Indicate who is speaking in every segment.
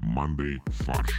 Speaker 1: Monday Fudge.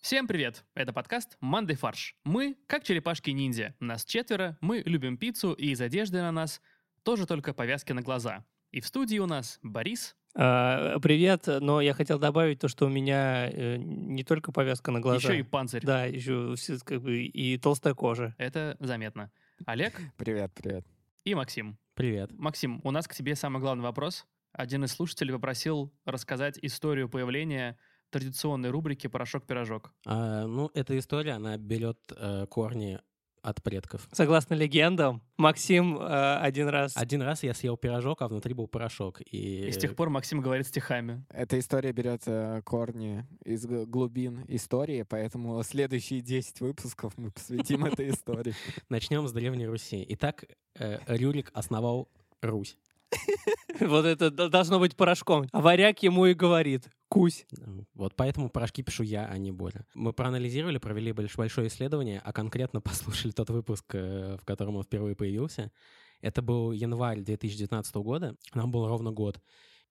Speaker 2: Всем привет! Это подкаст «Манды фарш». Мы, как черепашки-ниндзя, нас четверо, мы любим пиццу и из одежды на нас тоже только повязки на глаза. И в студии у нас Борис,
Speaker 3: А, Привет, но я хотел добавить то, что у меня э, не только повязка на глаза.
Speaker 2: еще и панцирь.
Speaker 3: Да, еще все, как бы и толстая кожа.
Speaker 2: Это заметно. Олег
Speaker 4: Привет, привет.
Speaker 2: и Максим.
Speaker 5: Привет.
Speaker 2: Максим, у нас к тебе самый главный вопрос. Один из слушателей попросил рассказать историю появления традиционной рубрики «Порошок-пирожок».
Speaker 5: А, ну, эта история, она берет э, корни от предков.
Speaker 3: Согласно легендам, Максим э, один раз...
Speaker 5: Один раз я съел пирожок, а внутри был порошок. И,
Speaker 2: И
Speaker 3: Э.
Speaker 2: с тех пор Максим говорит стихами.
Speaker 4: Эта история берет э, корни из г- глубин истории, поэтому следующие 10 выпусков мы посвятим этой истории.
Speaker 5: Начнем с Древней Руси. Итак, э, Рюрик основал Русь.
Speaker 3: Вот это д- должно быть порошком. А варяг ему и говорит, кусь.
Speaker 5: Вот поэтому порошки пишу я, а не Боря. Мы проанализировали, провели больш- большое исследование, а конкретно послушали тот выпуск, э, в котором он впервые появился. Это был январь 2019 года, нам был ровно год.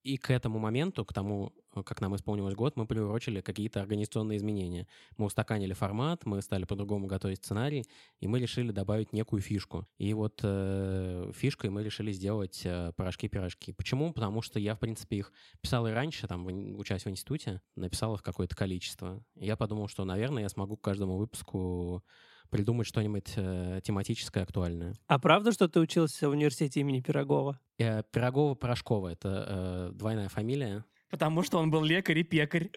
Speaker 5: И к этому моменту, к тому, э, как нам исполнилось год, мы приурочили какие-то организационные изменения. Мы устаканили формат, мы стали по-другому готовить сценарий, и мы решили добавить некую фишку. И вот э, фишкой мы решили сделать э, порошки-пирожки. Почему? Потому что я, в принципе, их писал и раньше, там, в ин- учась в институте, написал их какое-то количество. И Я подумал, что, наверное, я смогу к каждому выпуску придумать что-нибудь э, тематическое, актуальное.
Speaker 3: А правда, что ты учился в университете имени Пирогова?
Speaker 5: Э, Пирогова-Порошкова — это э, двойная фамилия.
Speaker 2: Потому что он был лекарь и пекарь.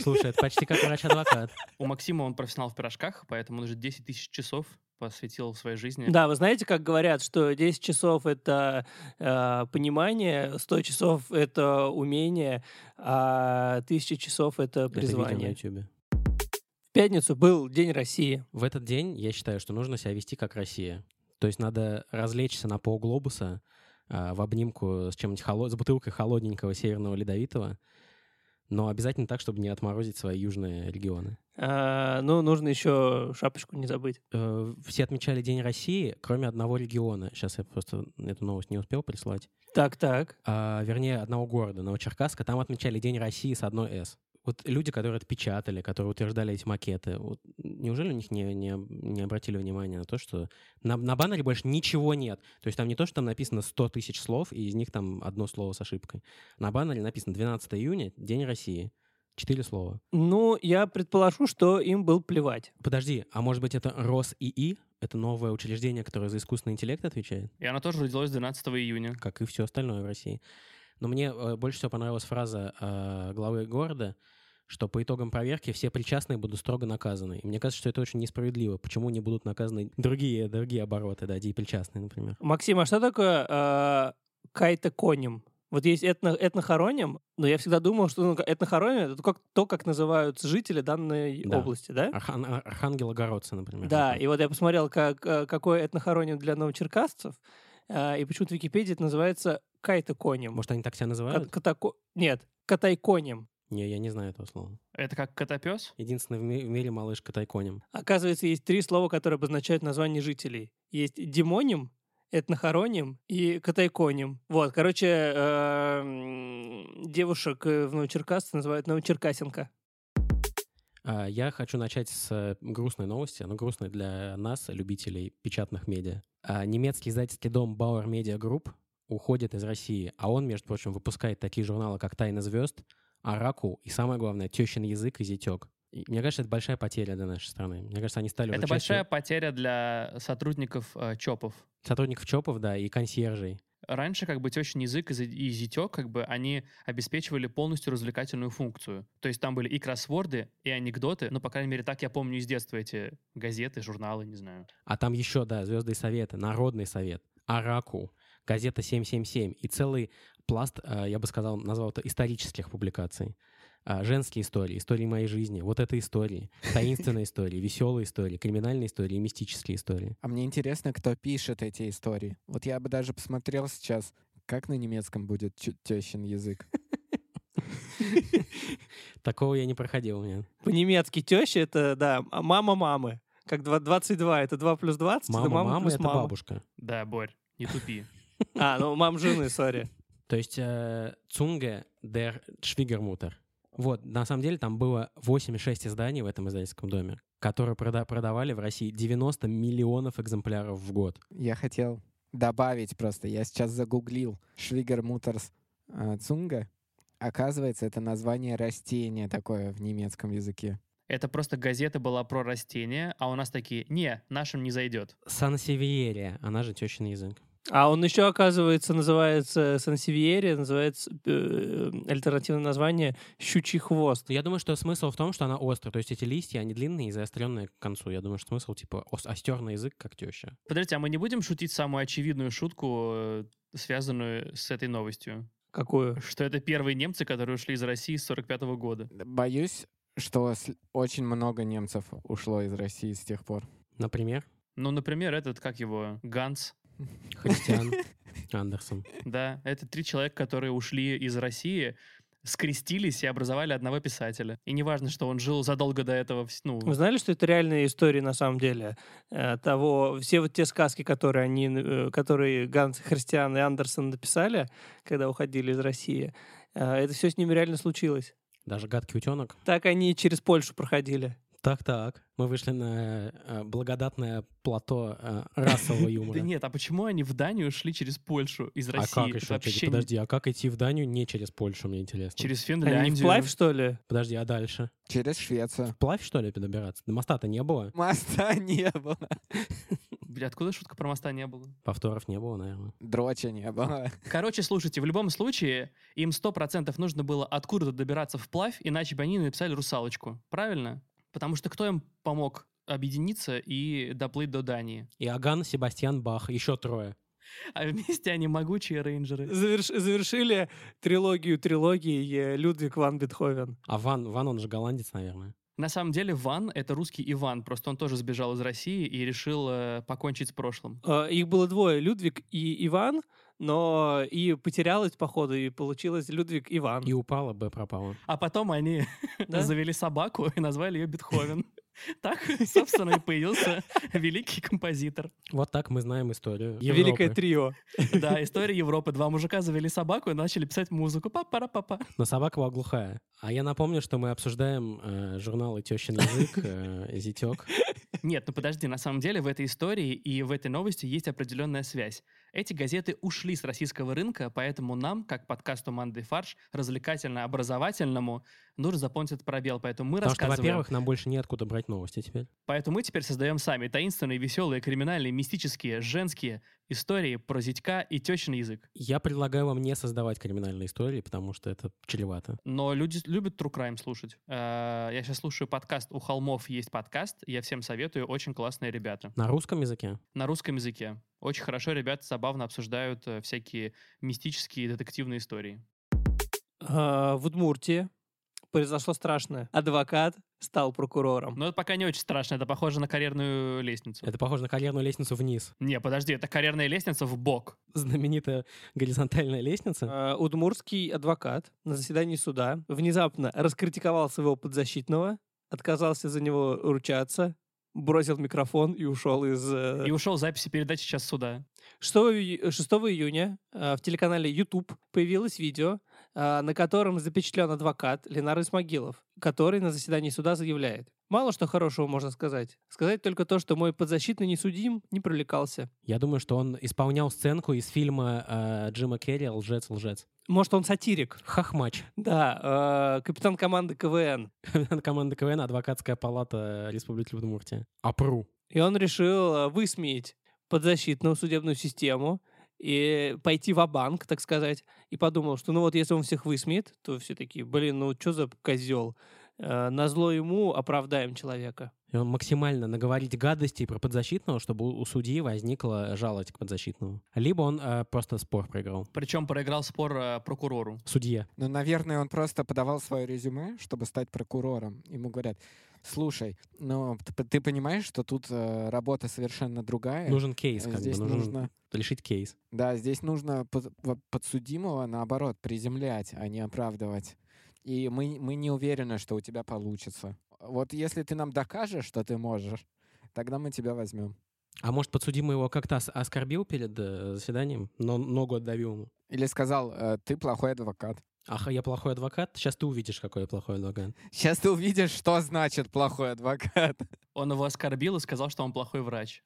Speaker 5: Слушай, это почти как врач-адвокат.
Speaker 2: У Максима он профессионал в пирожках, поэтому он уже 10 тысяч часов посвятил своей жизни.
Speaker 3: Да, вы знаете, как говорят, что 10 часов — это э, понимание, 100 часов — это умение, а 1000 часов — это
Speaker 5: Это видео на
Speaker 3: призвание.
Speaker 5: Ютубе.
Speaker 3: В пятницу был День России.
Speaker 5: В этот день я считаю, что нужно себя вести как Россия. То есть надо развлечься на полглобуса а, в обнимку с чем-нибудь холо- с бутылкой холодненького северного ледовитого, но обязательно так, чтобы не отморозить свои южные регионы.
Speaker 3: А, ну, нужно еще шапочку не забыть.
Speaker 5: Э, Все отмечали День России, кроме одного региона. Сейчас я просто эту новость не успел прислать.
Speaker 3: Так, так.
Speaker 5: А, вернее, одного города, Новочеркасска. Там отмечали День России с одной «С». Вот люди, которые это печатали, которые утверждали эти макеты, вот неужели у них не, не, не обратили внимания на то, что на, на баннере больше ничего нет? То есть там не то, что там написано 100 тысяч слов, и из них там одно слово с ошибкой. На баннере написано 12 июня, День России. Четыре слова.
Speaker 3: Ну, я предположу, что им был плевать.
Speaker 5: Подожди, а может быть это РосИИ? Это новое учреждение, которое за искусственный интеллект отвечает?
Speaker 2: И она тоже родилась 12 июня.
Speaker 5: как и все остальное в России. Но мне э, больше всего понравилась фраза э, главы города, что по итогам проверки все причастные будут строго наказаны. И мне кажется, что это очень несправедливо. Почему не будут наказаны другие, другие обороты, да, причастные, например?
Speaker 3: Максим, а что такое э, кайта коним? Вот есть этно, этнохороним, но я всегда думал, что ну, этнохороним — это как, то, как называют жители данной
Speaker 5: Да. А,
Speaker 3: области, да?
Speaker 5: Архан, Ар- Архангелогородцы, например.
Speaker 3: Да,
Speaker 5: например.
Speaker 3: и вот я посмотрел, как, э, какое этнохороним для новочеркасцев, э, и почему-то в Википедии это называется кайта коним.
Speaker 5: Может, они так себя называют?
Speaker 3: Нет, катайконим.
Speaker 5: Не, я не знаю этого слова.
Speaker 2: Это как котопес?
Speaker 5: Единственный в, ми- в мире малышка тайконем.
Speaker 3: Оказывается, есть три слова, которые обозначают название жителей. Есть демоним, этнохороним и катайконим. Вот, короче, эм, девушек э, в Новочеркасске называют Новочеркасенко.
Speaker 5: А, я хочу начать с э, грустной новости, но грустной для нас, любителей печатных медиа. А, немецкий издательский дом Bauer Media Group уходит из России, а он, между прочим, выпускает такие журналы, как «Тайна звезд», «Араку» и, самое главное, «Тещин язык» и «Зятек». И Мне кажется, это большая потеря для нашей страны. Мне кажется, они стали уже
Speaker 2: Это
Speaker 5: частью
Speaker 2: большая потеря для сотрудников э, ЧОПов.
Speaker 5: сотрудников ЧОПов, да, и консьержей.
Speaker 2: Раньше как бы тещин язык и зи- и зятек как бы они обеспечивали полностью развлекательную функцию. То есть там были и кроссворды, и анекдоты. Ну, по крайней мере, так я помню из детства эти газеты, журналы, не знаю.
Speaker 5: А там еще, да, «Звезды и советы», «Народный совет», «Араку», газета «777» и целый пласт, э, я бы сказал, назвал это исторических публикаций. А, Женские истории, истории моей жизни, вот это истории, таинственные истории, веселые истории, криминальные истории, и мистические истории.
Speaker 4: А мне интересно, кто пишет эти истории. Вот я бы даже посмотрел сейчас, как на немецком будет чу- тещин язык.
Speaker 5: Такого я не проходил у меня.
Speaker 3: По-немецки теща — это, да, а мама мамы. Как два- 22 — это 2 плюс 20,
Speaker 5: Мама,
Speaker 3: это мама,
Speaker 5: мама,
Speaker 3: плюс
Speaker 5: это
Speaker 3: мама.
Speaker 5: бабушка.
Speaker 2: Да, Борь, не тупи.
Speaker 3: А, ну мам жены, сори.
Speaker 5: То есть э, Цунге der Schwiegermutter. Вот, на самом деле там было 8,6 изданий в этом издательском доме, которые прода- продавали в России 90 миллионов экземпляров в год.
Speaker 4: Я хотел добавить просто. Я сейчас загуглил Швигер Мутерс Цунга. Оказывается, это название растения такое в немецком языке.
Speaker 2: Это просто газета была про растения, а у нас такие, не, нашим не зайдет.
Speaker 5: Сансевиерия, она же тещин язык.
Speaker 3: А он еще, оказывается, называется Сансевьери, называется э, альтернативное название «Щучий хвост».
Speaker 5: Я думаю, что смысл в том, что она острая. То есть эти листья, они длинные и заостренные к концу. Я думаю, что смысл типа ос- остер на язык, как теща.
Speaker 2: Подождите, а мы не будем шутить самую очевидную шутку, э, связанную с этой новостью?
Speaker 3: Какую?
Speaker 2: Что это первые немцы, которые ушли из России с 45 года.
Speaker 4: Боюсь, что с- очень много немцев ушло из России с тех пор.
Speaker 5: Например,
Speaker 2: Ну, например, этот, как его, Ганс.
Speaker 5: Христиан Андерсон.
Speaker 2: Да, это три человека, которые ушли из России, скрестились и образовали одного писателя. И неважно, что он жил задолго до этого, в с- ну,
Speaker 3: Вы знали, что это реальные истории на самом деле? Э, Того, все вот те сказки, которые они, э, которые Ганс, Христиан и Андерсон написали, когда уходили из России, э, это все с ними реально случилось.
Speaker 5: Даже гадкий утенок.
Speaker 3: Так они через Польшу проходили.
Speaker 5: Так-так. Мы вышли на э, благодатное плато э, расового юмора.
Speaker 2: Да нет, а почему они в Данию шли через Польшу из
Speaker 5: А
Speaker 2: России?
Speaker 5: как
Speaker 2: Это
Speaker 5: еще? через-
Speaker 2: вообще не-
Speaker 5: Подожди, а как идти в Данию не через Польшу, мне интересно?
Speaker 2: Через
Speaker 3: Они не
Speaker 2: Финляндию.
Speaker 3: вплавь, что ли?
Speaker 5: Подожди, а дальше?
Speaker 4: Через Швецию.
Speaker 5: Вплавь, что ли, добираться? До моста-то не было.
Speaker 4: Моста не было.
Speaker 2: Бля, откуда шутка про моста не было?
Speaker 5: Повторов не было, наверное.
Speaker 4: Дроча не было.
Speaker 2: Короче, слушайте, в любом случае, им 100% нужно было откуда-то добираться вплавь, иначе бы они написали «Русалочку». Правильно? Потому что кто им помог объединиться и доплыть до Дании?
Speaker 5: И Аган, Себастьян, Бах, еще трое.
Speaker 2: А вместе они могучие рейнджеры.
Speaker 3: Заверш- завершили трилогию трилогии э, Людвиг ван Бетховен.
Speaker 5: А Ван, Ван, он же голландец, наверное.
Speaker 2: На самом деле Ван — это русский Иван, просто он тоже сбежал из России и решил э, покончить с прошлым.
Speaker 3: Э, Их было двое, Людвиг и Иван, но и потерялось, походу, и получилось Людвиг Иван.
Speaker 5: И упала, Б пропала.
Speaker 2: А потом они
Speaker 3: Да?
Speaker 2: завели собаку и назвали ее Бетховен. Так, собственно, и появился великий композитор.
Speaker 5: Вот так мы знаем историю
Speaker 3: Великое
Speaker 5: Европы.
Speaker 3: трио.
Speaker 2: Да, история Европы. Два мужика завели собаку и начали писать музыку. папа папа
Speaker 5: Но собака была глухая. А я напомню, что мы обсуждаем э, журналы «Тещин язык», э, «Зятек».
Speaker 2: Нет, ну подожди, на самом деле в этой истории и в этой новости есть определенная связь. Эти газеты ушли с российского рынка, поэтому нам, как подкасту «Манды фарш», развлекательно-образовательному, нужно заполнить этот пробел. Поэтому мы
Speaker 5: Потому что,
Speaker 2: рассказываем.
Speaker 5: во-первых, нам больше неоткуда брать новости теперь.
Speaker 2: Поэтому мы теперь создаем сами таинственные, веселые, криминальные, мистические, женские истории про зятька и тещин язык.
Speaker 5: Я предлагаю вам не создавать криминальные истории, потому что это чревато.
Speaker 2: Но люди с- любят True Crime слушать. Э, Я сейчас слушаю подкаст «У холмов есть подкаст». Я всем советую. Очень классные ребята.
Speaker 5: На русском языке?
Speaker 2: На русском языке. Очень хорошо ребята забавно обсуждают э, всякие мистические и детективные истории.
Speaker 3: А, В Удмуртии произошло страшное. Адвокат стал прокурором.
Speaker 2: Но это пока не очень страшно. Это похоже на карьерную лестницу.
Speaker 5: Это похоже на карьерную лестницу вниз.
Speaker 2: Не, подожди, это карьерная лестница в бок.
Speaker 5: Знаменитая горизонтальная лестница.
Speaker 3: А, Удмуртский адвокат на заседании суда внезапно раскритиковал своего подзащитного, отказался за него ручаться, бросил микрофон и ушел из... э,
Speaker 2: И ушел записи передачи «Час суда».
Speaker 3: 6, ию- 6 июня э, в телеканале YouTube появилось видео, э, на котором запечатлен адвокат Ленар Исмагилов, который на заседании суда заявляет. Мало что хорошего можно сказать. Сказать только то, что мой подзащитный не судим, не привлекался.
Speaker 5: Я думаю, что он исполнял сценку из фильма э, Джима Керри «Лжец-лжец».
Speaker 3: Может, он сатирик?
Speaker 5: Хахмач.
Speaker 3: Да, э, капитан команды КВН.
Speaker 5: Команда КВН «Адвокатская палата Республики Удмуртия». Апру.
Speaker 3: И он решил э, высмеять подзащитную судебную систему и пойти в банк так сказать, и подумал, что ну вот если он всех высмеет, то все такие, блин, ну что за козел? На зло ему оправдаем человека.
Speaker 5: И он максимально наговорить гадостей про подзащитного, чтобы у у судьи возникла жалость к подзащитному. Либо он э, просто спор проиграл.
Speaker 2: Причем проиграл спор э, прокурору.
Speaker 5: Судье.
Speaker 4: Ну, наверное, он просто подавал свое резюме, чтобы стать прокурором. Ему говорят, слушай, ну, т- п- ты понимаешь, что тут э, работа совершенно другая?
Speaker 5: Нужен кейс,
Speaker 4: Э,
Speaker 5: как
Speaker 4: Здесь
Speaker 5: бы. Нужен
Speaker 4: нужно,
Speaker 5: решить кейс.
Speaker 4: да, здесь нужно под- во- подсудимого, наоборот, приземлять, а не оправдывать. И мы, мы не уверены, что у тебя получится. Вот если ты нам докажешь, что ты можешь, тогда мы тебя возьмем.
Speaker 5: А может, подсудимый его как-то ос- оскорбил перед э, заседанием, но ногу отдавил ему?
Speaker 4: Или сказал, э, ты плохой адвокат.
Speaker 5: Ах, я плохой адвокат? Сейчас ты увидишь, какой я плохой адвокат.
Speaker 4: Сейчас ты увидишь, что значит плохой адвокат.
Speaker 2: Он его оскорбил и сказал, что он плохой врач.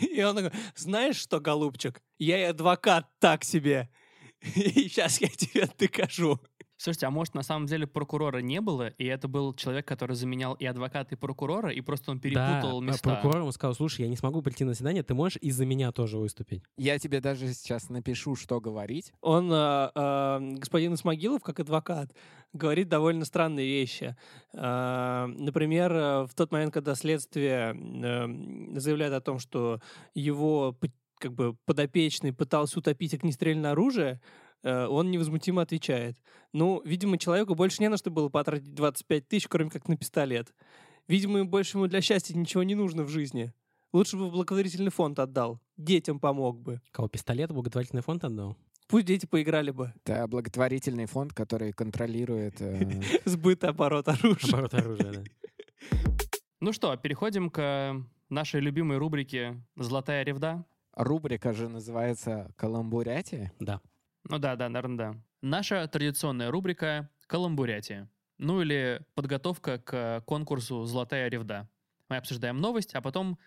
Speaker 3: И он такой, знаешь что, голубчик, я и адвокат так себе. И сейчас я тебе докажу.
Speaker 2: Слушайте, а может, на самом деле прокурора не было, и это был человек, который заменял и адвоката, и прокурора, и просто он перепутал
Speaker 5: да, а
Speaker 2: места.
Speaker 5: прокурор ему сказал, слушай, я не смогу прийти на заседание, ты можешь из-за меня тоже выступить?
Speaker 4: Я тебе даже сейчас напишу, что говорить.
Speaker 3: Он, э, э, господин Исмагилов, как адвокат, говорит довольно странные вещи. Э, например, э, в тот момент, когда следствие э, заявляет о том, что его п- как бы подопечный пытался утопить огнестрельное оружие, э, он невозмутимо отвечает. Ну, видимо, человеку больше не на что было потратить 25 тысяч, кроме как на пистолет. Видимо, им больше ему для счастья ничего не нужно в жизни. Лучше бы в благотворительный фонд отдал. Детям помог бы.
Speaker 5: Кого, пистолет в благотворительный фонд отдал?
Speaker 3: Пусть дети поиграли бы.
Speaker 4: Это благотворительный фонд, который контролирует... э,
Speaker 3: Сбыт и оборот оружия.
Speaker 5: Оборот оружия, да.
Speaker 2: Ну что, переходим к нашей любимой рубрике «Золотая ревда».
Speaker 4: Рубрика же называется «Каламбурятия».
Speaker 5: Да.
Speaker 2: Ну да, да, наверное, да. Наша традиционная рубрика «Каламбурятия». Ну или подготовка к конкурсу «Золотая ревда». Мы обсуждаем новость, а потом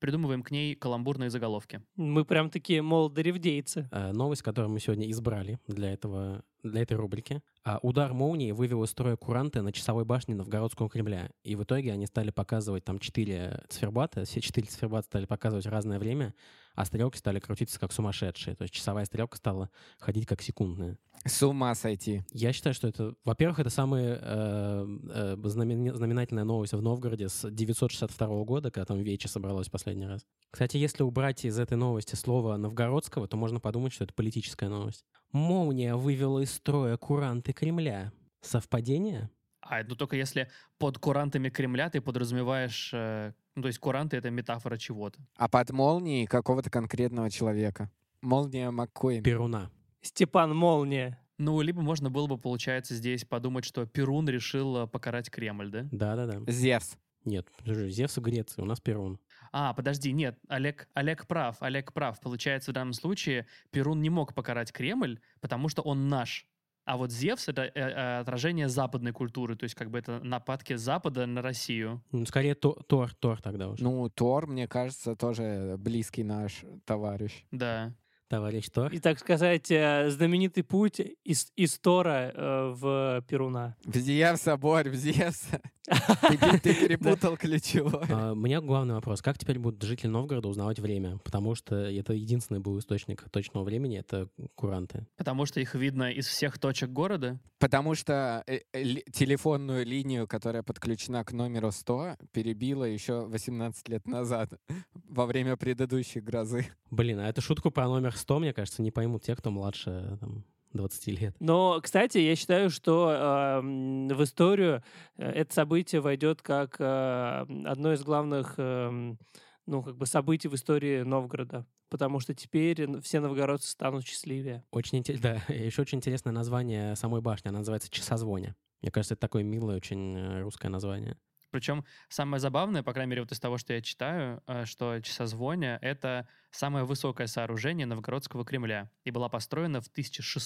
Speaker 2: придумываем к ней каламбурные заголовки.
Speaker 3: Мы прям такие молодоревдейцы.
Speaker 5: Э, Новость, которую мы сегодня избрали для, этого, для этой рубрики. А, Удар молнии вывел из строя куранты на часовой башне Новгородского Кремля. И в итоге они стали показывать там четыре циферблата. Все четыре циферблата стали показывать в разное время, а стрелки стали крутиться как сумасшедшие. То есть часовая стрелка стала ходить как секундная.
Speaker 4: С ума сойти.
Speaker 5: Я считаю, что это, во-первых, это самая э, э, знамени- знаменательная новость в Новгороде с 962 года, когда там Вече собралось последний раз. Кстати, если убрать из этой новости слово новгородского, то можно подумать, что это политическая новость. Молния вывела из строя куранты Кремля. Совпадение?
Speaker 2: А это только если под курантами Кремля ты подразумеваешь... э, ну, то есть куранты — это метафора чего-то.
Speaker 4: А под молнией какого-то конкретного человека. Молния Маккуин.
Speaker 5: Перуна.
Speaker 3: Степан Молния.
Speaker 2: Ну, либо можно было бы, получается, здесь подумать, что Перун решил э, покарать Кремль, да?
Speaker 5: Да-да-да.
Speaker 4: Зевс.
Speaker 5: Нет, подожди, Зевс в Греции, у нас Перун.
Speaker 2: А, подожди, нет, Олег, Олег прав, Олег прав. Получается, в данном случае Перун не мог покарать Кремль, потому что он наш. А вот Зевс — это э, э, отражение западной культуры, то есть как бы это нападки Запада на Россию.
Speaker 5: Ну, скорее, То- Тор, Тор тогда уж.
Speaker 4: Ну, Тор, мне кажется, тоже близкий наш товарищ.
Speaker 2: Да.
Speaker 5: Товарищ Тор.
Speaker 3: И, так сказать, э, знаменитый путь из, из Тора э, в Перуна.
Speaker 4: В Зевса, Борь, в Зевса. Ты, пе- ты перепутал ключевое.
Speaker 5: А, У меня главный вопрос. Как теперь будут жители Новгорода узнавать время? Потому что это единственный был источник точного времени, это куранты.
Speaker 2: Потому что их видно из всех точек города.
Speaker 4: Потому что э, э, ли- телефонную линию, которая подключена к номеру 100, перебила еще 18 лет назад, во время предыдущей грозы.
Speaker 5: Блин, а эту шутку про номер 100, мне кажется, не поймут те, кто младше там, 20 лет.
Speaker 3: Но, кстати, я считаю, что э, м, в историю э, это событие войдет как э, одно из главных э, м, ну, как бы событий в истории Новгорода. Потому что теперь н- все новгородцы станут счастливее.
Speaker 5: Очень интересно, да, еще очень интересное название самой башни, она называется «Часозвоня». Мне кажется, это такое милое очень э, русское название.
Speaker 2: Причем самое забавное, по крайней мере, вот из того, что я читаю, э, что часозвоня — это самое высокое сооружение Новгородского Кремля и была построена в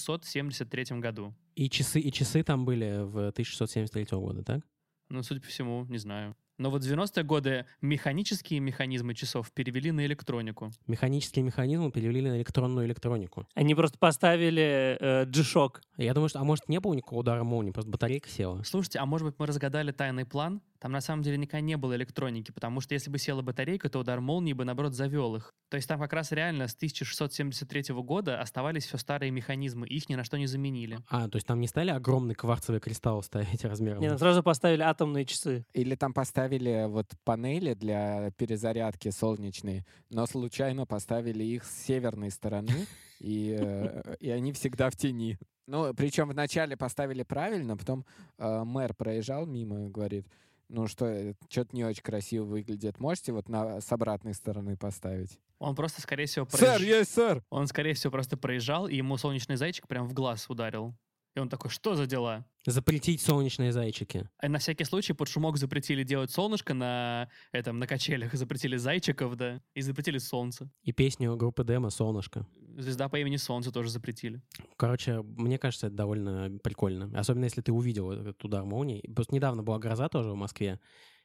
Speaker 2: 1673 году.
Speaker 5: И часы, и часы там были в 1673 года, так?
Speaker 2: Ну, судя по всему, не знаю. Но вот в 90-е годы механические механизмы часов перевели на электронику.
Speaker 5: Механические механизмы перевели на электронную электронику.
Speaker 3: Они просто поставили э, G-Shock.
Speaker 5: Я думаю, что, а может, не было никакого удара молнии, просто батарейка села.
Speaker 2: Слушайте, а может быть мы разгадали тайный план? Там на самом деле никогда не было электроники, потому что если бы села батарейка, то удар молнии бы, наоборот, завел их. То есть там как раз реально с 1673 года оставались все старые механизмы, их ни на что не заменили.
Speaker 5: А, то есть там не стали огромный кварцевый кристалл ставить размером?
Speaker 3: Не,
Speaker 5: с
Speaker 3: нам сразу поставили атомные часы.
Speaker 4: Или там поставили вот панели для перезарядки солнечные, но случайно поставили их с северной стороны, и, э, и они всегда в тени. Ну, причем вначале поставили правильно, потом э, мэр проезжал мимо и говорит, ну что, что-то не очень красиво выглядит, можете вот на, с обратной стороны поставить?
Speaker 2: Он просто, скорее всего,
Speaker 4: Сэр,
Speaker 2: проезж-
Speaker 4: есть сэр!
Speaker 2: он, скорее всего, просто проезжал, и ему солнечный зайчик прям в глаз ударил. И он такой, что за дела?
Speaker 5: Запретить солнечные зайчики.
Speaker 2: А На всякий случай под шумок запретили делать солнышко на этом на качелях, запретили зайчиков, да, и запретили солнце.
Speaker 5: И песню группы Демо «Солнышко».
Speaker 2: Звезда по имени Солнце тоже запретили.
Speaker 5: Короче, мне кажется, это довольно прикольно. Особенно, если ты увидел этот удар молнии. Просто недавно была гроза тоже в Москве,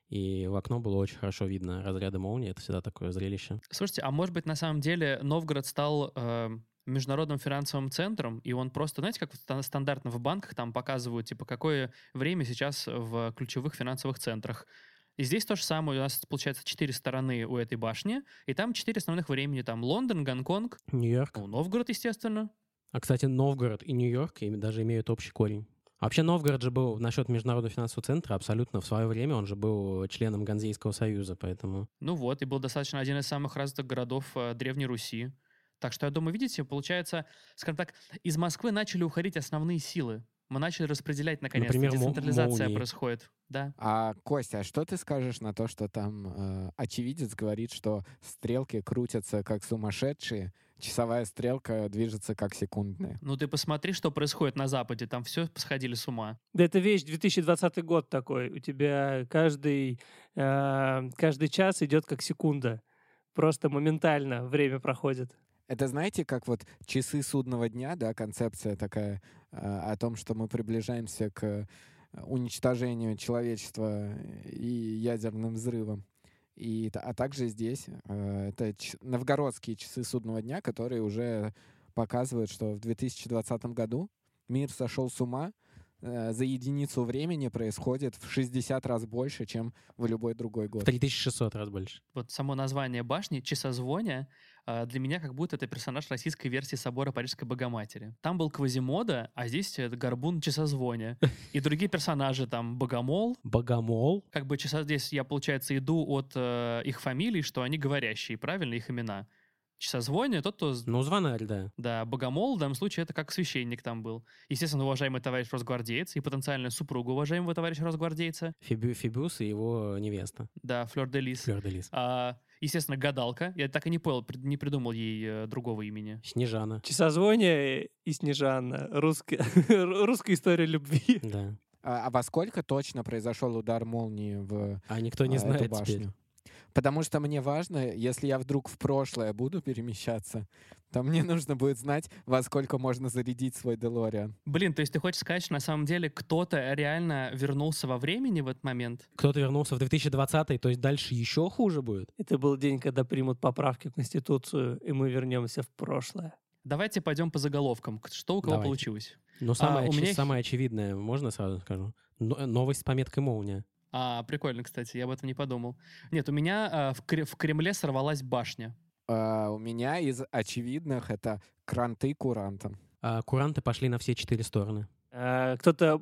Speaker 5: и в окно было очень хорошо видно разряды молнии. Это всегда такое зрелище.
Speaker 2: Слушайте, а может быть на самом деле Новгород стал э, международным финансовым центром, и он просто, знаете, как вот ста- стандартно в банках там показывают, типа, какое время сейчас в ключевых финансовых центрах. И здесь то же самое, у нас получается четыре стороны у этой башни, и там четыре основных времени, там Лондон, Гонконг,
Speaker 5: Нью-Йорк.
Speaker 2: ну, Новгород, естественно.
Speaker 5: А, кстати, Новгород и Нью-Йорк им даже имеют общий корень. А Вообще Новгород же был насчет Международного финансового центра абсолютно в свое время, он же был членом Ганзейского союза, поэтому...
Speaker 2: Ну вот, и был достаточно один из самых развитых городов э, Древней Руси. Так что, я думаю, видите, получается, скажем так, из Москвы начали уходить основные силы. Мы начали распределять, наконец,
Speaker 5: Например, мо-
Speaker 2: децентрализация
Speaker 5: молнии.
Speaker 2: происходит. Да.
Speaker 4: А, Костя, а что ты скажешь на то, что там э, очевидец говорит, что стрелки крутятся как сумасшедшие, часовая стрелка движется как секундная?
Speaker 2: Ну ты посмотри, что происходит на Западе. Там все сходили с ума.
Speaker 3: Да это вещь, 2020 год такой. У тебя каждый, э, каждый час идет как секунда. Просто моментально время проходит.
Speaker 4: Это знаете, как вот часы судного дня, да, концепция такая э, о том, что мы приближаемся к э, уничтожению человечества и ядерным взрывом. И, та- а также здесь э, это ч- новгородские часы судного дня, которые уже показывают, что в 2020 году мир сошел с ума, э, за единицу времени происходит в 60 раз больше, чем в любой другой
Speaker 5: В
Speaker 4: год.
Speaker 5: 3600 раз больше.
Speaker 2: Вот само название башни «Часозвоня» э, для меня как будто это персонаж российской версии собора Парижской Богоматери. Там был Квазимода, а здесь это Горбун Часозвоня. И другие персонажи, там Богомол,
Speaker 5: Богомол.
Speaker 2: как бы часа здесь я, получается, иду от э, их фамилий, что они говорящие, правильно, их имена. Часозвония, тот, кто... з-
Speaker 5: Ну, звонарь, да.
Speaker 2: Да, богомол, в данном случае это как священник там был. Естественно, уважаемый товарищ Росгвардеец и потенциальная супруга уважаемого товарища Росгвардейца.
Speaker 5: Фебю- Фебюс и его невеста.
Speaker 2: Да, Флёр де Лис.
Speaker 5: Флёр де Лис.
Speaker 2: А, естественно, гадалка. Я так и не понял, прид- не придумал ей э, другого имени.
Speaker 5: Снежана.
Speaker 3: Часозвония и Снежанна. Русский- русская история любви.
Speaker 5: Да.
Speaker 4: А, а во сколько точно произошел удар молнии в
Speaker 5: А никто не
Speaker 4: а, эту
Speaker 5: знает
Speaker 4: башню.
Speaker 5: теперь.
Speaker 4: Потому что мне важно, если я вдруг в прошлое буду перемещаться, то мне нужно будет знать, во сколько можно зарядить свой Делориан.
Speaker 2: Блин, то есть ты хочешь сказать, что на самом деле кто-то реально вернулся во времени в этот момент?
Speaker 5: Кто-то вернулся в 2020, то есть дальше еще хуже будет.
Speaker 3: Это был день, когда примут поправки в Конституцию, и мы вернемся в прошлое.
Speaker 2: Давайте пойдем по заголовкам. К- Что у кого
Speaker 5: Давайте.
Speaker 2: получилось?
Speaker 4: А,
Speaker 5: Но самое,
Speaker 2: у
Speaker 5: очи-
Speaker 2: меня их-
Speaker 5: самое очевидное, можно сразу скажу? Но- новость с пометкой «Молния».
Speaker 2: А, прикольно, кстати, я об этом не подумал. Нет, у меня а, в, Кре- в Кремле сорвалась башня.
Speaker 4: А, у меня из очевидных это кранты курантом.
Speaker 5: А, куранты пошли на все четыре стороны.
Speaker 3: Э, Кто-то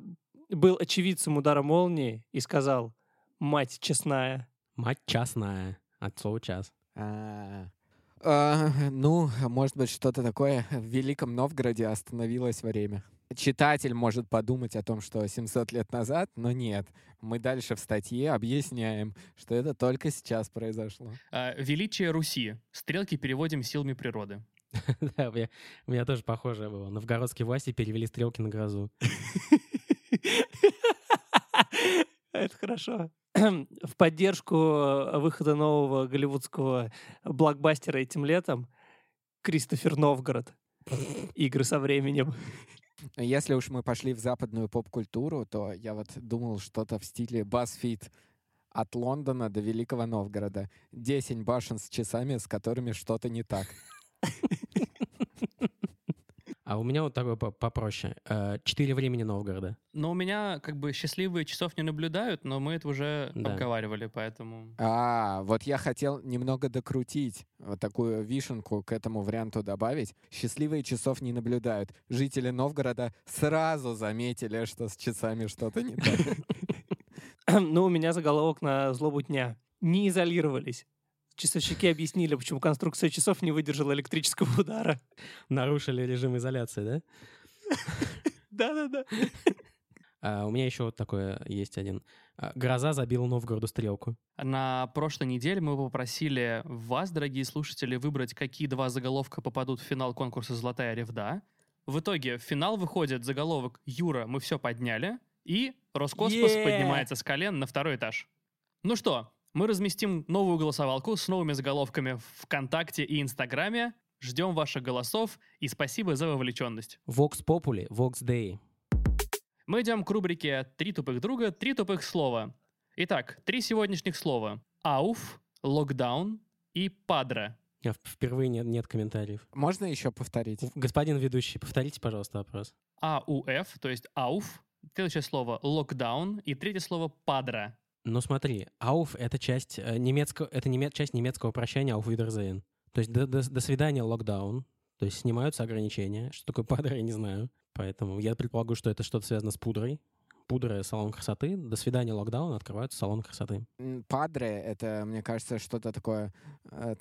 Speaker 3: был очевидцем удара молнии и сказал «Мать честная».
Speaker 5: Мать частная. От слова «час».
Speaker 4: А, а, ну, может быть, что-то такое. В Великом Новгороде остановилось время. Читатель может подумать о том, что 700 лет назад, но нет. Мы дальше в статье объясняем, что это только сейчас произошло.
Speaker 2: А, величие Руси. Стрелки переводим силами природы.
Speaker 5: Да, у меня, у меня тоже похожее было. Новгородские власти перевели стрелки на грозу.
Speaker 3: Это хорошо. В поддержку э, выхода нового голливудского блокбастера этим летом Кристофер Новгород. Игры со временем.
Speaker 4: Если уж мы пошли в западную поп-культуру, то я вот думал что-то в стиле BuzzFeed от Лондона до Великого Новгорода. Десять башен с часами, с которыми что-то не так.
Speaker 5: А у меня вот такое по- попроще. Э, Четыре времени Новгорода.
Speaker 2: Но у меня как бы счастливые часов не наблюдают, но мы это уже
Speaker 5: Да.
Speaker 2: обговаривали, поэтому...
Speaker 4: А, вот я хотел немного докрутить, вот такую вишенку к этому варианту добавить. Счастливые часов не наблюдают. Жители Новгорода сразу заметили, что с часами что-то не так.
Speaker 3: Ну, у меня заголовок на злобу дня. Не изолировались. Часовщики объяснили, почему конструкция часов не выдержала электрического удара.
Speaker 5: Нарушили режим изоляции, да?
Speaker 3: Да-да-да.
Speaker 5: А, у меня еще вот такое есть один. А, Гроза забила Новгороду стрелку.
Speaker 2: На прошлой неделе мы попросили вас, дорогие слушатели, выбрать, какие два заголовка попадут в финал конкурса «Золотая ревда». В итоге в финал выходит заголовок «Юра, мы все подняли», и Роскосмос
Speaker 5: Е!
Speaker 2: поднимается с колен на второй этаж. Ну что, мы разместим новую голосовалку с новыми заголовками в ВКонтакте и Инстаграме. Ждем ваших голосов и спасибо за вовлеченность.
Speaker 5: Vox Populi, Vox Dei.
Speaker 2: Мы идем к рубрике «Три тупых друга, три тупых слова». Итак, три сегодняшних слова. Ауф, локдаун и падра.
Speaker 5: А в- Впервые нет, нет комментариев.
Speaker 4: Можно еще повторить?
Speaker 5: В- Господин ведущий, повторите, пожалуйста, вопрос.
Speaker 2: АУФ, то есть ауф, следующее слово локдаун и третье слово падра.
Speaker 5: Ну смотри, ауф — это часть э, немецкого, это неме- часть немецкого прощания ауф wiedersehen». То есть до, до- до свидания локдаун, то есть снимаются ограничения. Что такое падра, я не знаю. Поэтому я предполагаю, что это что-то связано с пудрой. Пудра — салон красоты. До свидания локдаун, открываются салон красоты.
Speaker 4: М, Падре — это, мне кажется, что-то такое э,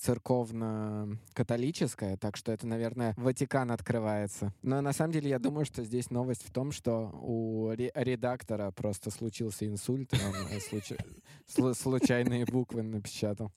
Speaker 4: церковно-католическое, так что это, наверное, Ватикан открывается. Но на самом деле я думаю, что здесь новость в том, что у ре- редактора просто случился инсульт, и он э, случа- слу- случайные буквы напечатал.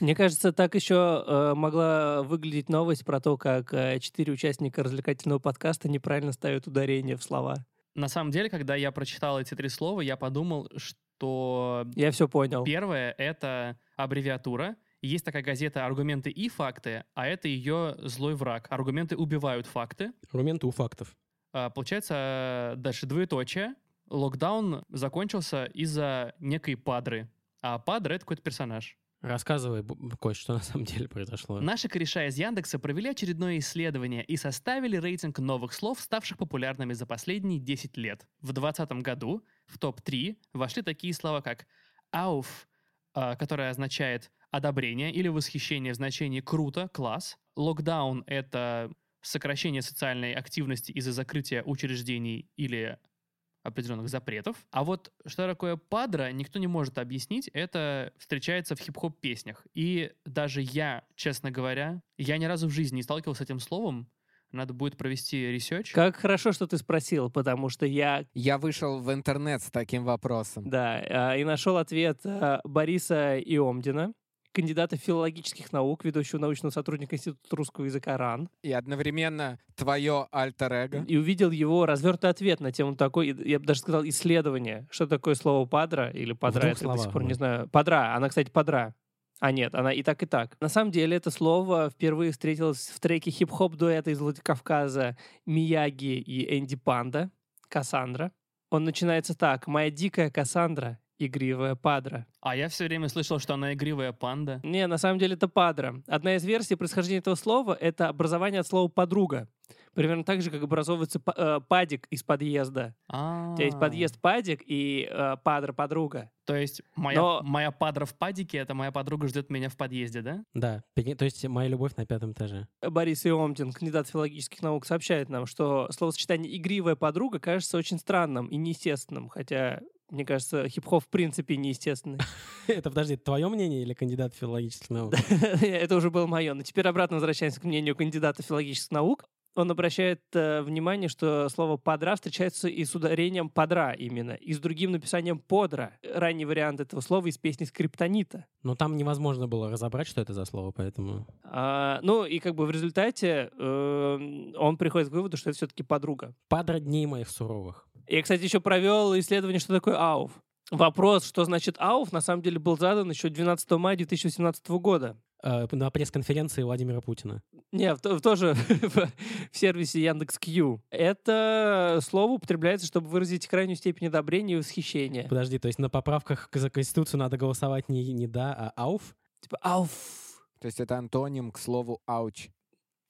Speaker 3: Мне кажется, так еще э, могла выглядеть новость про то, как э, четыре участника развлекательного подкаста неправильно ставят ударение в слова.
Speaker 2: На самом деле, когда я прочитал эти три слова, я подумал, что
Speaker 3: Я все понял.
Speaker 2: первое — это аббревиатура. Есть такая газета «Аргументы и факты», а это ее злой враг. Аргументы убивают факты.
Speaker 5: Аргументы у фактов.
Speaker 2: А, Получается, э, дальше двоеточие. Локдаун закончился из-за некой падры. А падра — это какой-то персонаж.
Speaker 5: Рассказывай, Б- Кость, что на самом деле произошло.
Speaker 2: Наши кореша из Яндекса провели очередное исследование и составили рейтинг новых слов, ставших популярными за последние 10 лет. В 2020 году в топ-3 вошли такие слова, как «ауф», э, которое означает «одобрение» или «восхищение» в значении «круто», «класс». «Локдаун» — это сокращение социальной активности из-за закрытия учреждений или определенных запретов. А вот что такое падра, никто не может объяснить. Это встречается в хип-хоп песнях. И даже я, честно говоря, я ни разу в жизни не сталкивался с этим словом. Надо будет провести ресерч.
Speaker 3: Как хорошо, что ты спросил, потому что я,
Speaker 4: Я вышел в интернет с таким вопросом.
Speaker 3: да, э, и нашел ответ э, Бориса Иомдина, кандидата филологических наук, ведущего научного сотрудника Института русского языка РАН.
Speaker 4: И одновременно твое альтер-эго.
Speaker 3: и увидел его развернутый ответ на тему такой, и- я бы даже сказал, исследование, что такое слово «падра» или «падра»,
Speaker 5: двух
Speaker 3: я до сих
Speaker 5: словах,
Speaker 3: пор не
Speaker 5: вот.
Speaker 3: знаю. «Падра», она, кстати, «падра». А нет, она и так, и так. На самом деле это слово впервые встретилось в треке хип-хоп-дуэта из Владикавказа Мияги и Энди Панда «Кассандра». Он начинается так. «Моя дикая Кассандра, игривая падра».
Speaker 2: А я все время слышал, что она игривая панда.
Speaker 3: Не, на самом деле это падра. Одна из версий происхождения этого слова — это образование от слова «подруга». Примерно так же, как образовывается па- э, падик из подъезда. У тебя есть подъезд падик и э, падра подруга.
Speaker 2: А, То есть моя,
Speaker 3: Но-
Speaker 2: моя падра в падике, это моя подруга ждет меня в подъезде, да?
Speaker 5: Да, пере- то есть моя любовь на пятом этаже.
Speaker 3: Борис Иомтин, кандидат филологических наук, сообщает нам, что словосочетание «игривая подруга» кажется очень странным и неестественным, хотя, мне кажется, хип-хоп в принципе неестественный.
Speaker 5: Это, подожди, твое мнение или кандидат филологических наук?
Speaker 3: Это уже было мое. Но теперь обратно возвращаемся к мнению кандидата филологических наук. Он обращает э, внимание, что слово «подра» встречается и с ударением «подра» именно, и с другим написанием «подра». Ранний вариант этого слова из песни «Скриптонита».
Speaker 5: Но Ну, там невозможно было разобрать, что это за слово, поэтому...
Speaker 3: А, ну и как бы в результате э, он приходит к выводу, что это все-таки подруга.
Speaker 5: Падра дней моих суровых.
Speaker 3: Я, кстати, еще провел исследование, что такое ауф. Вопрос, что значит ауф, на самом деле был задан еще 12 мая 2018 года.
Speaker 5: Э, На пресс-конференции Владимира Путина.
Speaker 3: Не, в то- в тоже в в сервисе Яндекс.Кью. Это слово употребляется, чтобы выразить крайнюю степень одобрения и восхищения.
Speaker 5: Подожди, то есть на поправках к- за Конституцию надо голосовать не, не «да», а «ауф»?
Speaker 3: Типа ауф.
Speaker 4: То есть это антоним к слову «ауч».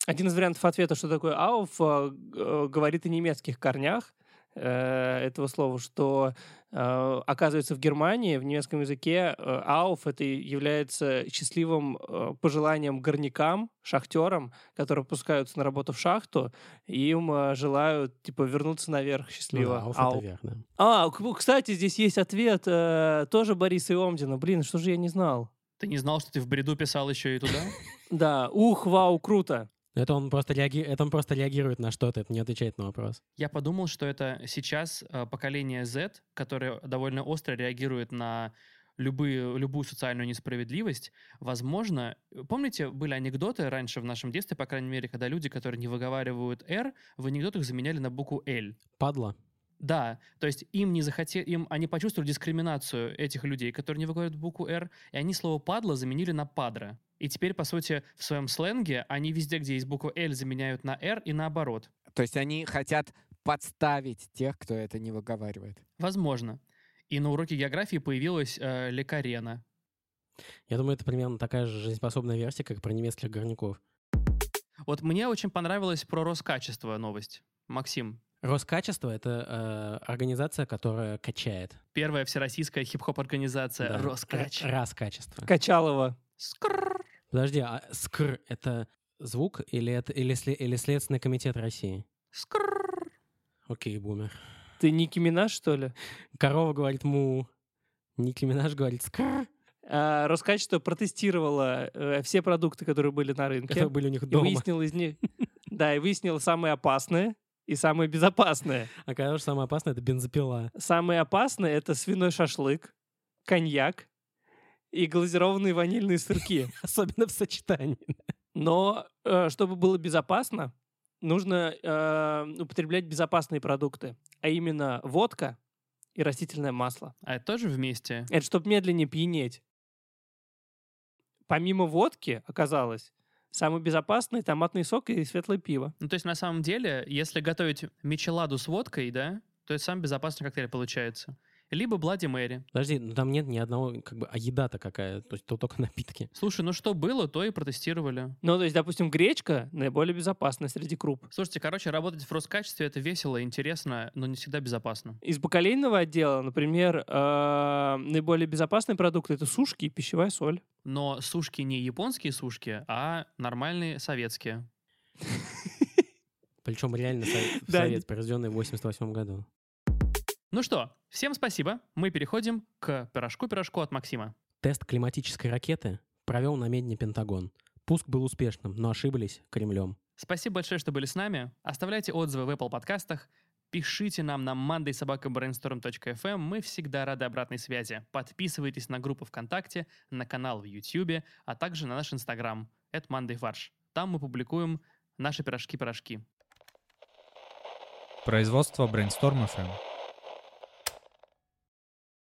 Speaker 3: Один из вариантов ответа, что такое ауф, э, г- э, говорит о немецких корнях э, этого слова, что э, оказывается в Германии, в немецком языке э, ауф это и является счастливым э, пожеланием горнякам, шахтерам, которые пускаются на работу в шахту, и им э, желают типа вернуться наверх
Speaker 5: Ну
Speaker 3: счастливо.
Speaker 5: да, «ауф»
Speaker 3: Ауф.
Speaker 5: это верно.
Speaker 3: А, к- кстати, здесь есть ответ э, тоже Бориса Иомдина. Блин, что же я не знал?
Speaker 2: Ты не знал, что ты в бреду писал еще и туда?
Speaker 3: Да, ух, вау, круто.
Speaker 5: Это он, просто реаги... это он просто реагирует на что-то, это не отвечает на вопрос.
Speaker 2: Я подумал, что это сейчас э, поколение Z, которое довольно остро реагирует на любые, любую социальную несправедливость, возможно... Помните, были анекдоты раньше в нашем детстве, по крайней мере, когда люди, которые не выговаривают «р», в анекдотах заменяли на букву «л».
Speaker 5: Падла.
Speaker 2: Да, то есть им не захотели, им они почувствовали дискриминацию этих людей, которые не выговаривают букву «р», и они слово «падла» заменили на «падра». И теперь, по сути, в своем сленге они везде, где есть буква «л», заменяют на «р» и наоборот.
Speaker 4: То есть они хотят подставить тех, кто это не выговаривает.
Speaker 2: Возможно. И на уроке географии появилась э, лекарена.
Speaker 5: Я думаю, это примерно такая же жизнеспособная версия, как про немецких горняков.
Speaker 2: Вот мне очень понравилась про Роскачество новость. Максим,
Speaker 5: Роскачество — это э, организация, которая качает.
Speaker 2: первая всероссийская хип-хоп-организация
Speaker 5: Да.
Speaker 2: Роскач.
Speaker 5: Р- Раскачество.
Speaker 3: Качалова.
Speaker 2: Скрррр.
Speaker 5: Подожди, а скр — это звук или, это, или, сле- или Следственный комитет России?
Speaker 2: Скрррр.
Speaker 5: Окей, бумер.
Speaker 3: Ты Ники Минаж, что ли?
Speaker 5: Корова говорит му, Ники Минаж говорит скр.
Speaker 3: А, Роскачество протестировало э, все продукты, которые были на рынке.
Speaker 5: которые были у них
Speaker 3: И
Speaker 5: дома.
Speaker 3: выяснил из них... Да, и выяснил самые опасные и самые безопасные.
Speaker 5: Оказалось, что самое опасное — это бензопила.
Speaker 3: Самые опасные — это свиной шашлык, коньяк и глазированные ванильные сырки.
Speaker 5: Особенно в сочетании.
Speaker 3: Но э, чтобы было безопасно, нужно э, употреблять безопасные продукты, а именно водка и растительное масло.
Speaker 2: А это тоже вместе?
Speaker 3: Это чтобы медленнее пьянеть. Помимо водки, оказалось, самый безопасный томатный сок и светлое пиво.
Speaker 2: Ну, то есть, на самом деле, если готовить мичеладу с водкой, да, то это самый безопасный коктейль получается. Либо Блади Мэри.
Speaker 5: Подожди, ну там нет ни одного, как бы, а еда-то какая? То есть то только напитки.
Speaker 2: Слушай, ну что было, то и протестировали.
Speaker 3: Ну, то есть, допустим, гречка наиболее безопасная среди круп.
Speaker 2: Слушайте, короче, работать в Роскачестве — это весело, интересно, но не всегда безопасно.
Speaker 3: Из бакалейного отдела, например, э, наиболее безопасные продукты — это сушки и пищевая соль.
Speaker 2: Но сушки не японские сушки, а нормальные советские.
Speaker 5: Причем реально со-
Speaker 3: Да,
Speaker 5: совет, произведенный в 88 году.
Speaker 2: Ну что, всем спасибо. Мы переходим к пирожку-пирожку от Максима.
Speaker 5: Тест климатической ракеты провел на медне Пентагон. Пуск был успешным, но ошиблись Кремлем.
Speaker 2: Спасибо большое, что были с нами. Оставляйте отзывы в Apple подкастах. Пишите нам на mondaysobakabrainstorm.fm. эм. Мы всегда рады обратной связи. Подписывайтесь на группу ВКонтакте, на канал в YouTube, а также на наш Инстаграм. Это Фарш. Там мы публикуем наши пирожки-пирожки.
Speaker 1: Производство Brainstorm FM.